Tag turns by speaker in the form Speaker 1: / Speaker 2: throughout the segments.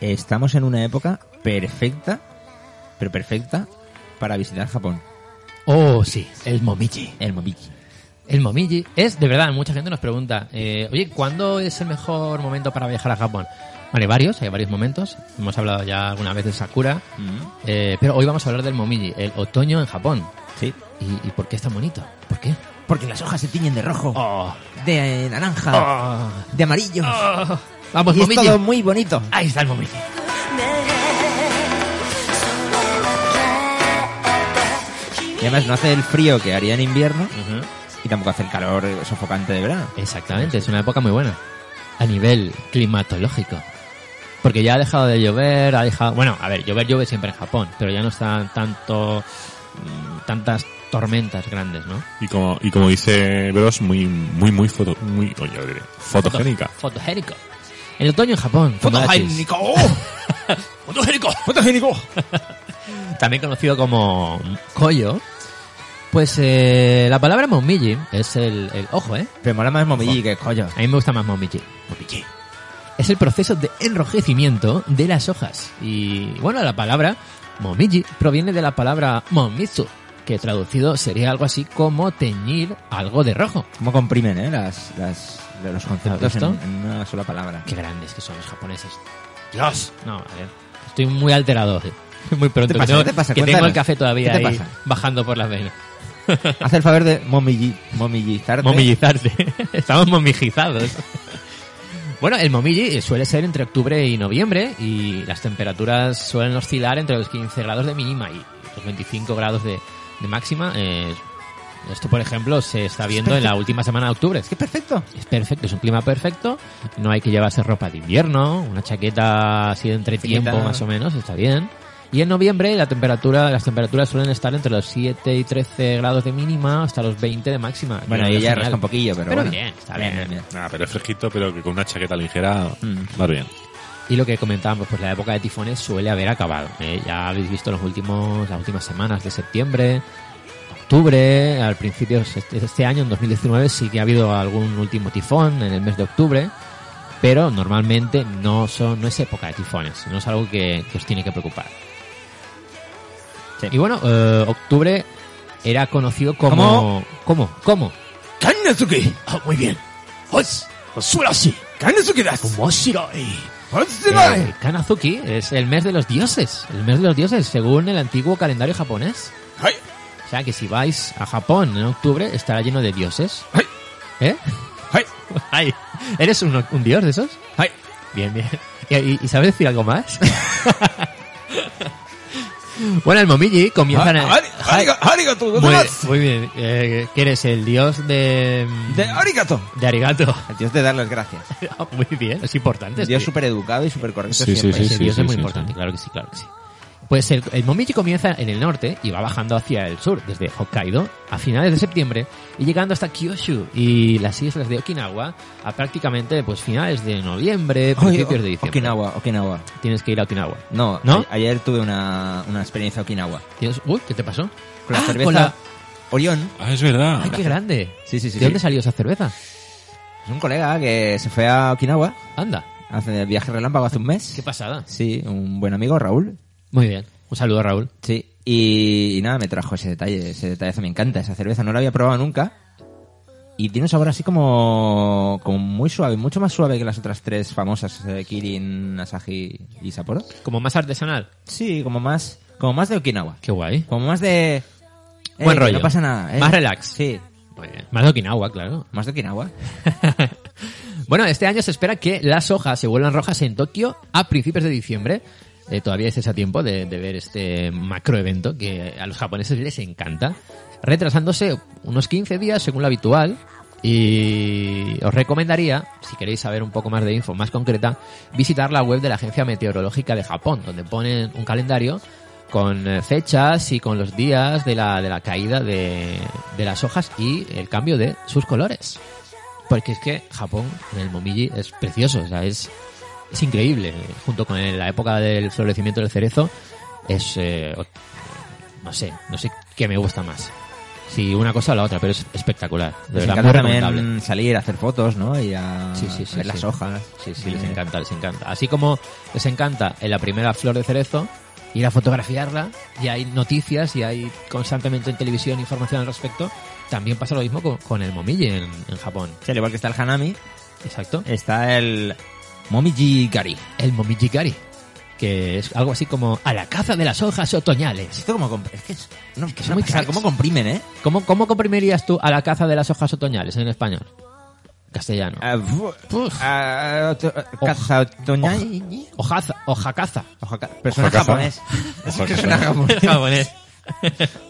Speaker 1: estamos en una época perfecta, pero perfecta, para visitar Japón.
Speaker 2: Oh, sí, el Momiji.
Speaker 1: El Momiji.
Speaker 2: El Momiji es, de verdad, mucha gente nos pregunta, eh, oye, ¿cuándo es el mejor momento para viajar a Japón? Vale, varios, hay varios momentos. Hemos hablado ya alguna vez del Sakura, eh, pero hoy vamos a hablar del Momiji, el otoño en Japón.
Speaker 1: Sí.
Speaker 2: ¿Y, y por qué es tan bonito? ¿Por qué?
Speaker 1: Porque las hojas se tiñen de rojo,
Speaker 2: Oh,
Speaker 1: de eh, naranja,
Speaker 2: oh,
Speaker 1: de amarillo.
Speaker 2: oh. Vamos,
Speaker 1: Ah. y es
Speaker 2: Momiji.
Speaker 1: todo muy bonito.
Speaker 2: Ahí está el Momiji.
Speaker 1: Y además no hace el frío que haría en invierno
Speaker 2: Ujú.
Speaker 1: y tampoco hace el calor sofocante de verano.
Speaker 2: Exactamente, es una época muy buena. A nivel climatológico. Porque ya ha dejado de llover, ha dejado... Bueno, a ver, llover llueve siempre en Japón, pero ya no están tanto... mm, tantas tormentas grandes, ¿no?
Speaker 3: Y como, y como dice Bros, muy, muy, muy foto, muy, oye, lo diré, fotogénica.
Speaker 2: Foto- Fotogénico. El otoño en Japón. Fotogénico. Fotogénico. Fotogénico. También conocido como Koyo. Pues eh, la palabra momiji es el, el... Ojo, ¿eh?
Speaker 1: Pero mola más Momiji que collo.
Speaker 2: A mí me gusta más momiji. Momiji. Es el proceso de enrojecimiento de las hojas. Y bueno, la palabra momiji proviene de la palabra momitsu, que traducido sería algo así como teñir algo de rojo.
Speaker 1: ¿Cómo comprimen eh, las, las- los
Speaker 2: ¿Has
Speaker 1: conceptos en,
Speaker 2: visto?
Speaker 1: en una sola palabra?
Speaker 2: Qué grandes que son los japoneses. Dios. No, a ver. Estoy muy alterado. eh. Muy pronto.
Speaker 1: ¿Te pasa?
Speaker 2: Tengo-
Speaker 1: ¿Te pasa?
Speaker 2: Que tengo
Speaker 1: Cuéntanos.
Speaker 2: el café todavía
Speaker 1: ¿Qué te
Speaker 2: ahí
Speaker 1: pasa?
Speaker 2: bajando por las venas.
Speaker 1: Haz el favor de momiji, momijizarte.
Speaker 2: Momillizarte. Estamos momijizados. Bueno, el momiji suele ser entre octubre y noviembre y las temperaturas suelen oscilar entre los 15 grados de mínima y los 25 grados de, de máxima. Eh, esto, por ejemplo, se está viendo en la última semana de octubre.
Speaker 1: Es que es perfecto.
Speaker 2: Es perfecto, es un clima perfecto. No hay que llevarse ropa de invierno, una chaqueta así de entretiempo
Speaker 1: Chaqueta.
Speaker 2: más o menos, está bien. Y en noviembre la temperatura, las temperaturas suelen estar entre los 7 y 13 grados de mínima hasta los 20 de máxima.
Speaker 1: Bueno,
Speaker 2: Yo creo
Speaker 1: ahí
Speaker 2: que
Speaker 1: ya
Speaker 2: es
Speaker 1: rasca
Speaker 2: genial.
Speaker 1: un poquillo, pero,
Speaker 2: Pero
Speaker 1: bueno.
Speaker 2: bien, está bien. ¿eh?
Speaker 3: Ah, pero es fresquito, pero que con una chaqueta ligera,
Speaker 1: Mm.
Speaker 3: más bien.
Speaker 2: Y lo que comentábamos, pues la época de tifones suele haber acabado. ¿eh? Ya habéis visto los últimos, las últimas semanas de septiembre, octubre, al principio de este- este año, en 2019, sí que ha habido algún último tifón en el mes de octubre, pero normalmente no, son, no es época de tifones, no es algo que, que os tiene que preocupar.
Speaker 1: Sí.
Speaker 2: Y bueno, eh, octubre era conocido como... ¿Cómo? ¿Cómo?
Speaker 4: Kanatsuki
Speaker 2: あmuy Ah, bien. Pues, ¡Os! ¡Osurashi!
Speaker 4: Kanatsuki だ
Speaker 2: Eh, Kanazuki es el mes de los dioses, el mes de los dioses según el antiguo calendario japonés.
Speaker 4: ¡Ay!
Speaker 2: O sea que si vais a Japón en octubre estará lleno de dioses.
Speaker 4: ¡Ay!
Speaker 2: ¿Eh?
Speaker 4: ¡Ay!
Speaker 2: Ay, ¿Eres un, un dios de esos?
Speaker 4: ¡Ay!
Speaker 2: Bien, bien. ¿Y, y- y sabes decir algo más? bueno, el Momiji comienza en el-
Speaker 4: ありありがありがとうござい
Speaker 2: muy,
Speaker 4: ます。
Speaker 2: muy bien. Eh, que eres el dios de...
Speaker 4: で、ありがとう。
Speaker 2: de Arigato.
Speaker 1: El dios de dar las gracias.
Speaker 2: muy bien, es importante.
Speaker 1: Un dios
Speaker 2: tío.
Speaker 1: súper educado y súper correcto
Speaker 3: Sí, sí,
Speaker 1: siempre.
Speaker 2: Ese
Speaker 3: sí,
Speaker 2: dios
Speaker 3: sí,
Speaker 2: es muy
Speaker 3: sí,
Speaker 2: importante,
Speaker 3: sí.
Speaker 2: claro que sí, claro que sí. Pues el, el Momiji comienza en el norte y va bajando hacia el sur, desde Hokkaido a finales de septiembre y llegando hasta Kyushu y las islas de Okinawa a prácticamente pues finales de noviembre,
Speaker 1: Oye,
Speaker 2: principios de
Speaker 1: o-
Speaker 2: diciembre.
Speaker 1: Okinawa, Okinawa.
Speaker 2: Tienes que ir a Okinawa.
Speaker 1: No,
Speaker 2: ¿No?
Speaker 1: a- ayer tuve una, una experiencia Okinawa.
Speaker 2: Tienes- Uy, ¿qué te pasó?
Speaker 1: Con la
Speaker 2: Ah,
Speaker 1: cerveza
Speaker 2: la-
Speaker 1: Orión.
Speaker 3: Ah, es verdad.
Speaker 2: ¡Ay, qué grande!
Speaker 1: Sí, sí, sí. sí.
Speaker 2: ¿De dónde salió esa cerveza?
Speaker 1: Es un colega que se fue a Okinawa
Speaker 2: Anda,
Speaker 1: hace el viaje relámpago hace un mes.
Speaker 2: qué pasada.
Speaker 1: Sí, un buen amigo, Raúl.
Speaker 2: Muy bien, un saludo a Raúl.
Speaker 1: Sí. Y, y nada, me trajo ese detalle. Ese detallazo me encanta. Esa cerveza no la había probado nunca. Y tiene un sabor así como, como muy suave, mucho más suave que las otras tres famosas, eh, Kirin, Asahi y Sapporo.
Speaker 2: Como más artesanal.
Speaker 1: Sí, como más, como más de Okinawa.
Speaker 2: Qué guay.
Speaker 1: Como más de... eh,
Speaker 2: Buen
Speaker 1: que
Speaker 2: rollo.
Speaker 1: No pasa nada. eh.
Speaker 2: Más relax.
Speaker 1: Sí,
Speaker 2: Muy bien. Más de Okinawa, claro.
Speaker 1: más de Okinawa.
Speaker 2: bueno, este año se espera que las hojas se vuelvan rojas en Tokio a principios de diciembre. Eh, todavía estés a tiempo de, de ver este macroevento que a los japoneses les encanta. Retrasándose unos 15 días según lo habitual. Y os recomendaría, si queréis saber un poco más de info más concreta, visitar la web de la Agencia Meteorológica de Japón, donde ponen un calendario con eh, fechas y con los días de la, de la caída de, de las hojas y el cambio de sus colores. Porque es que Japón, en el Momiji, es precioso, o sea, es, es increíble. Junto con el- la época del florecimiento del cerezo, es... eh, ot- no sé, no sé qué me gusta más. si una cosa o la otra, pero es espectacular. De
Speaker 1: Les
Speaker 2: verdad,
Speaker 1: encanta
Speaker 2: muy recomendable.
Speaker 1: también salir a hacer fotos, ¿no? Y a
Speaker 2: Sí, sí, sí,
Speaker 1: ver
Speaker 2: sí.
Speaker 1: las hojas.
Speaker 2: Sí, sí, les
Speaker 1: Eh,
Speaker 2: encanta, les encanta. Así como les encanta en la primera flor de cerezo ir a fotografiarla y hay noticias y hay constantemente en televisión información al respecto, también pasa lo mismo con, con el momille en, en Japón.
Speaker 1: sí, al igual que está el Hanami,
Speaker 2: Exacto.
Speaker 1: está el Momiji Gari.
Speaker 2: El momijigari, que es algo así como a la caza de las hojas otoñales.
Speaker 1: Esto como comp- es que es, no,
Speaker 2: que
Speaker 1: es
Speaker 2: son
Speaker 1: muy
Speaker 2: muy
Speaker 1: pasada,
Speaker 2: cracks.
Speaker 1: ¿Cómo comprimen, eh?
Speaker 2: ¿Cómo, ¿Cómo comprimirías tú a la caza de las hojas otoñales en español? Castellano.
Speaker 1: Ah, fu-
Speaker 2: Puf.
Speaker 1: ah, oto- Caza otoñal.
Speaker 2: Hojaza, hoja caza.
Speaker 1: Oja- Persona
Speaker 3: Oja caza.
Speaker 1: japonés.
Speaker 3: Oja
Speaker 1: Persona
Speaker 3: caza.
Speaker 1: japonés.
Speaker 2: japonés.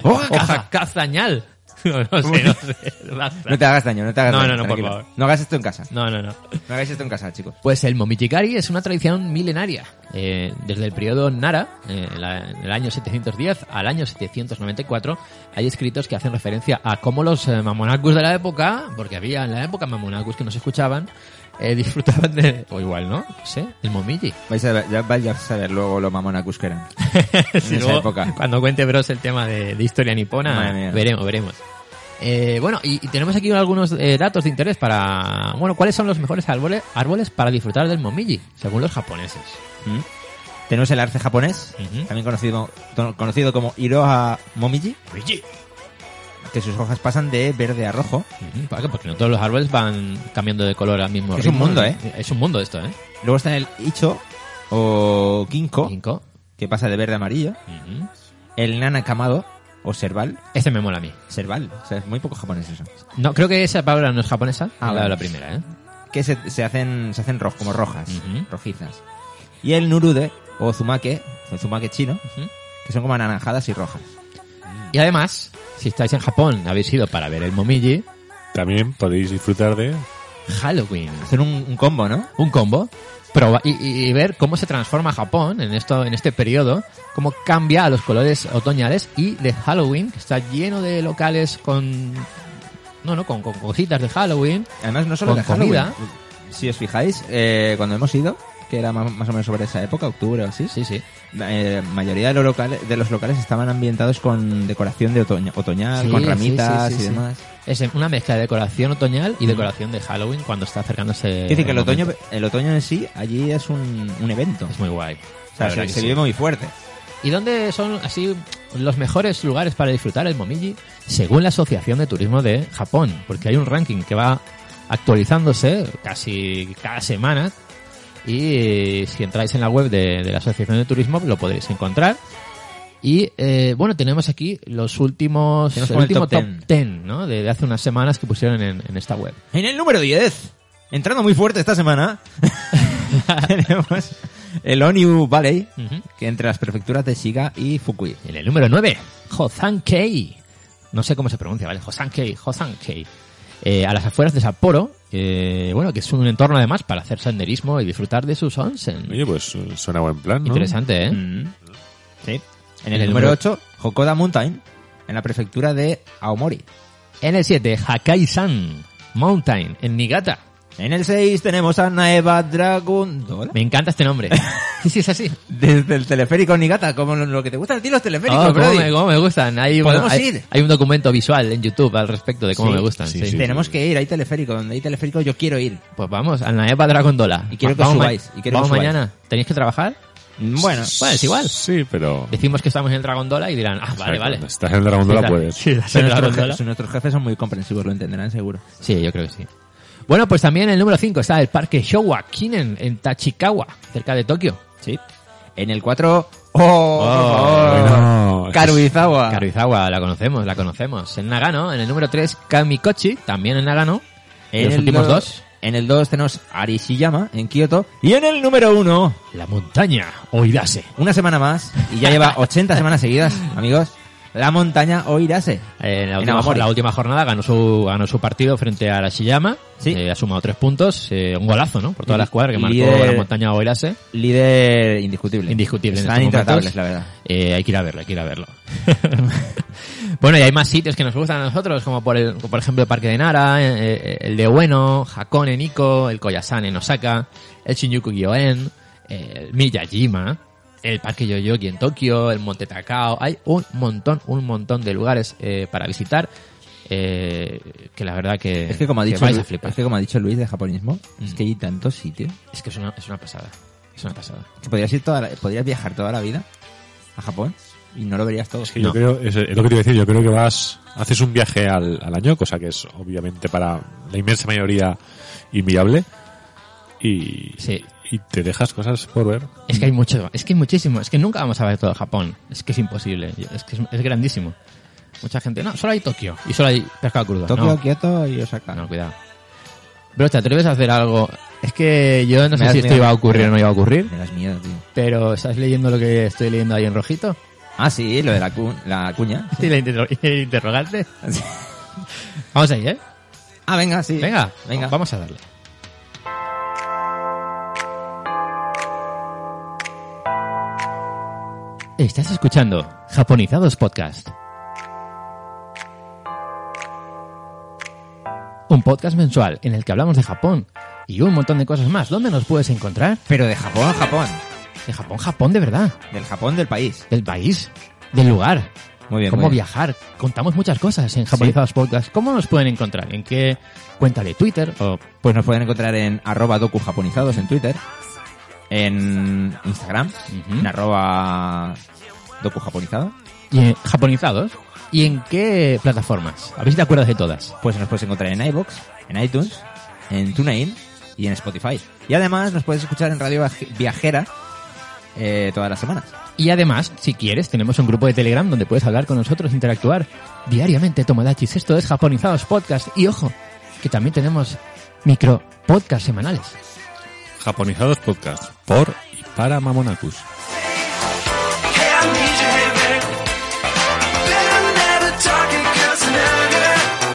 Speaker 1: Hoja caza.
Speaker 2: Hoja cazañal. No, no sé, no sé.
Speaker 1: No te hagas daño, no te hagas
Speaker 2: No,
Speaker 1: daño.
Speaker 2: no, no, por
Speaker 1: tranquilo.
Speaker 2: favor.
Speaker 1: No hagas esto en casa.
Speaker 2: No, no, no.
Speaker 1: No hagáis esto en casa, chicos.
Speaker 2: Pues el momichikari es una tradición milenaria. Eh, desde el periodo Nara, eh, la- en el año 710 al año 794, hay escritos que hacen referencia a cómo los eh, mamonacus de la época, porque había en la época mamonacus que no se escuchaban, eh, disfrutaban de... O igual, ¿no? No sé, el momiji.
Speaker 1: Vais a ver, ya vais a saber luego lo mamonacus que eran.
Speaker 2: Si
Speaker 1: esa
Speaker 2: luego,
Speaker 1: época.
Speaker 2: Cuando cuente Bros el tema de, de historia
Speaker 1: Madre
Speaker 2: nipona,
Speaker 1: mía.
Speaker 2: veremos, veremos. Eh, bueno, y, y tenemos aquí algunos eh, datos de interés para... Bueno, ¿cuáles son los mejores árboles, árboles para disfrutar del momiji, según los japoneses?
Speaker 1: ¿Mm? Tenemos el arce japonés,
Speaker 2: Ujú.
Speaker 1: también conocido, to- conocido como Iroha Momiji, que sus hojas pasan de verde a rojo.
Speaker 2: Ujú, ¿para qué? Porque no todos los árboles van cambiando de color al mismo
Speaker 1: Es
Speaker 2: ritmo.
Speaker 1: un mundo, ¿eh?
Speaker 2: Es un mundo esto, ¿eh?
Speaker 1: Luego está el Icho o Kinko,
Speaker 2: Ginkgo.
Speaker 1: que pasa de verde a amarillo.
Speaker 2: Ujú.
Speaker 1: El Nana Kamado o Serval.
Speaker 2: Este me mola a mí.
Speaker 1: Serval, o sea, es muy poco japonés eso.
Speaker 2: No, creo que esa palabra no es japonesa.
Speaker 1: Ah,
Speaker 2: la,
Speaker 1: vale.
Speaker 2: la primera, ¿eh?
Speaker 1: Que se, se hacen, se hacen ro- como rojas,
Speaker 2: Ujú.
Speaker 1: rojizas. Y el Nurude o Zumake, o Zumake chino,
Speaker 2: Ujú.
Speaker 1: que son como anaranjadas y rojas.
Speaker 2: Y además, si estáis en Japón, habéis ido para ver el momiji,
Speaker 3: También podéis disfrutar de...
Speaker 2: Halloween.
Speaker 1: Hacen un, un combo, ¿no?
Speaker 2: un combo proba- y, y- y ver cómo se transforma Japón en esto en este periodo, cómo cambia a los colores otoñales y de Halloween, que está lleno de locales con no, no, con, con cositas de Halloween.
Speaker 1: Además, no solo
Speaker 2: Con
Speaker 1: de Halloween.
Speaker 2: comida.
Speaker 1: Si os fijáis, eh, cuando hemos ido, que era más, más o menos sobre esa época, octubre o así,
Speaker 2: Sí, sí.
Speaker 1: la eh, mayoría de los, locales, de los locales estaban ambientados con decoración de otoño, otoñal,
Speaker 2: Sí,
Speaker 1: con
Speaker 2: sí,
Speaker 1: ramitas
Speaker 2: sí, sí, Eh,
Speaker 1: y
Speaker 2: sí.
Speaker 1: demás.
Speaker 2: Es una mezcla de decoración otoñal y decoración de Halloween cuando está acercándose.
Speaker 1: Quiere Mm. decir que el otoño,
Speaker 2: momento.
Speaker 1: el otoño en sí, allí es un, un evento.
Speaker 2: es muy guay.
Speaker 1: o sea,
Speaker 2: La verdad
Speaker 1: se,
Speaker 2: que
Speaker 1: se
Speaker 2: sí.
Speaker 1: vive muy fuerte.
Speaker 2: ¿Y dónde son así los mejores lugares para disfrutar el Momiji? Según la Asociación de Turismo de Japón, porque hay un ranking que va actualizándose casi cada semana y eh, si entráis en la web de, de la Asociación de Turismo lo podréis encontrar. Y eh, bueno, tenemos aquí los últimos,
Speaker 1: Tenemos
Speaker 2: el
Speaker 1: como el
Speaker 2: último
Speaker 1: top
Speaker 2: top 10, ¿no? De, de hace unas semanas que pusieron en, en esta web.
Speaker 1: En el número 10, entrando muy fuerte esta semana, tenemos el Oniu Valley,
Speaker 2: Ujú.
Speaker 1: que entre las prefecturas de Shiga y Fukui.
Speaker 2: En el número 9, Hosankei. No sé cómo se pronuncia, ¿vale? Hosankei, Hosankei. Eh, a las afueras de Sapporo, eh, bueno, que es un entorno además para hacer senderismo y disfrutar de sus onsen.
Speaker 3: Oye, pues eh, suena buen plan, ¿no?
Speaker 2: Interesante, ¿eh?
Speaker 1: Mm. Sí. En el,
Speaker 2: En el
Speaker 1: número
Speaker 2: número-
Speaker 1: 8, Hokoda Mountain, en la prefectura de Aomori.
Speaker 2: En el 7, Hakai-san Mountain, en Niigata.
Speaker 1: En el 6 tenemos a Naeva Dragon Doll.
Speaker 2: Me encanta este nombre. sí, sí, es así.
Speaker 1: Desde el teleférico Nigata, como lo, lo que te gustan a ti los teleféricos,
Speaker 2: Oh, cómo
Speaker 1: Brody.
Speaker 2: me, cómo me gustan. Hay,
Speaker 1: Podemos
Speaker 2: bueno, hay-
Speaker 1: ir.
Speaker 2: hay un documento visual en YouTube al respecto de cómo
Speaker 1: Sí,
Speaker 2: me gustan.
Speaker 3: sí,
Speaker 2: sí.
Speaker 3: sí.
Speaker 1: Tenemos que ir, hay teleférico, donde hay teleférico yo quiero ir.
Speaker 2: Pues vamos, a la EPA Dragondola.
Speaker 1: Y quiero que
Speaker 2: vamos ma-
Speaker 1: subáis, y quiero que
Speaker 2: vamos
Speaker 1: subáis.
Speaker 2: mañana. ¿Tenéis que trabajar?
Speaker 1: Bueno,
Speaker 2: Bueno, es igual.
Speaker 3: Sí, pero...
Speaker 2: Decimos que estamos en el Dragondola y dirán, ah, vale,
Speaker 3: Exacto,
Speaker 2: vale.
Speaker 3: cuando Estás en el dragón, no la
Speaker 2: Sí,
Speaker 3: puedes.
Speaker 2: Sí,
Speaker 1: pero
Speaker 2: estás en el
Speaker 1: nuestros,
Speaker 2: Dragondola.
Speaker 1: jefes, nuestros jefes son muy comprensivos, lo entenderán seguro.
Speaker 2: Sí, yo creo que sí. Bueno, pues también el número 5 está el parque Showa Kinen en Tachikawa, cerca de Tokio.
Speaker 1: Sí. En el 4, oh,
Speaker 2: Ah,
Speaker 1: por favor.
Speaker 3: bueno,
Speaker 1: Karuizawa.
Speaker 2: Karuizawa, la conocemos, la conocemos. En Nagano, en el número 3, Kamikochi, también en Nagano. En los
Speaker 1: el
Speaker 2: últimos
Speaker 1: do-
Speaker 2: dos,
Speaker 1: En el 2 tenemos Arishiyama, en Kioto. Y en el número 1,
Speaker 2: la montaña Oidase.
Speaker 1: una semana más, y ya lleva 80 semanas seguidas, amigos, la montaña Oirase.
Speaker 2: En la,
Speaker 1: En
Speaker 2: última,
Speaker 1: Aomori.
Speaker 2: la última jornada ganó su, ganó su partido frente a Arashiyama.
Speaker 1: Sí.
Speaker 2: Eh, ha sumado tres puntos, eh, un golazo, ¿no? Por toda la escuadra que marcó
Speaker 1: Líder-
Speaker 2: la montaña Oidase.
Speaker 1: Líder indiscutible.
Speaker 2: Indiscutible en
Speaker 1: Están
Speaker 2: estos
Speaker 1: intratables,
Speaker 2: momentos.
Speaker 1: la verdad.
Speaker 2: Eh, hay que ir a verlo, hay que ir a verlo. bueno, y hay más sitios que nos gustan a nosotros, como por, el, por ejemplo el Parque de Nara, eh, eh, el de Bueno, Hakone en Nikko, el Koyasan en Osaka, el Shinjuku Gyoen, eh, el Miyajima, el Parque Yoyogi en Tokio, el Monte Takao. Hay un montón, un montón de lugares eh, para visitar eh, que la verdad que,
Speaker 1: Es que como ha dicho,
Speaker 2: vais
Speaker 1: Lu-
Speaker 2: a flipar. Mm.
Speaker 1: es que como ha dicho Luis de japonismo, es que hay tantos sitios
Speaker 2: Es que es una, es una pasada. Es una pasada.
Speaker 1: que podrías ir toda la- podrías viajar toda la vida a Japón y no lo verías todo.
Speaker 3: Es que yo creo, es, es lo que te iba a decir, yo creo que vas, haces un viaje al, al año, cosa que es obviamente para la inmensa mayoría inviable, y,
Speaker 2: Sí.
Speaker 3: y te dejas cosas por ver.
Speaker 2: Es que hay mucho, es que hay muchísimo, es que nunca vamos a ver todo Japón, es que es imposible, es que es, es grandísimo. Mucha gente, no, solo hay Tokio y solo hay pescado crudo.
Speaker 1: Tokio,
Speaker 2: no,
Speaker 1: Kioto y Osaka.
Speaker 2: no, cuidado. Pero te atreves a hacer algo. Es que yo no
Speaker 1: Me
Speaker 2: sé
Speaker 1: das
Speaker 2: si esto
Speaker 1: miedo.
Speaker 2: iba a ocurrir o no iba a ocurrir,
Speaker 1: Me das miedo, tío.
Speaker 2: pero ¿estás leyendo lo que estoy leyendo ahí en rojito?
Speaker 1: Ah, sí, lo de la, cu- la cuña.
Speaker 2: Y la interro- el interrogante. Vamos ahí, ¿eh?
Speaker 1: Ah, venga, sí.
Speaker 2: Venga,
Speaker 1: Venga.
Speaker 2: vamos a darle. Estás escuchando Japonizados Podcast. Un podcast mensual en el que hablamos de Japón y un montón de cosas más. ¿Dónde nos puedes encontrar?
Speaker 1: Pero de Japón a Japón.
Speaker 2: De Japón, Japón de verdad.
Speaker 1: Del Japón del país.
Speaker 2: Del país, del lugar.
Speaker 1: Muy bien.
Speaker 2: Cómo
Speaker 1: muy bien.
Speaker 2: viajar. Contamos muchas cosas en Japonizados Podcast. ¿Cómo nos pueden encontrar? ¿En qué cuenta de Twitter o
Speaker 1: Pues nos pueden encontrar en arroba docujaponizados en Twitter, en Instagram,
Speaker 2: Ujú.
Speaker 1: en arroba docujaponizado.
Speaker 2: y en- japonizados y en qué plataformas. A ver si te acuerdas de todas.
Speaker 1: Pues nos puedes encontrar en iBox, en iTunes, en TuneIn y en Spotify. Y además nos puedes escuchar en Radio Viaj- Viajera eh, todas las semanas.
Speaker 2: Y además, si quieres, tenemos un grupo de Telegram donde puedes hablar con nosotros, interactuar diariamente, Tomodachis. Esto es Japonizados Podcast. Y ojo, que también tenemos micro podcast semanales.
Speaker 3: Japonizados Podcast, por y para Mamonacus.
Speaker 5: Candy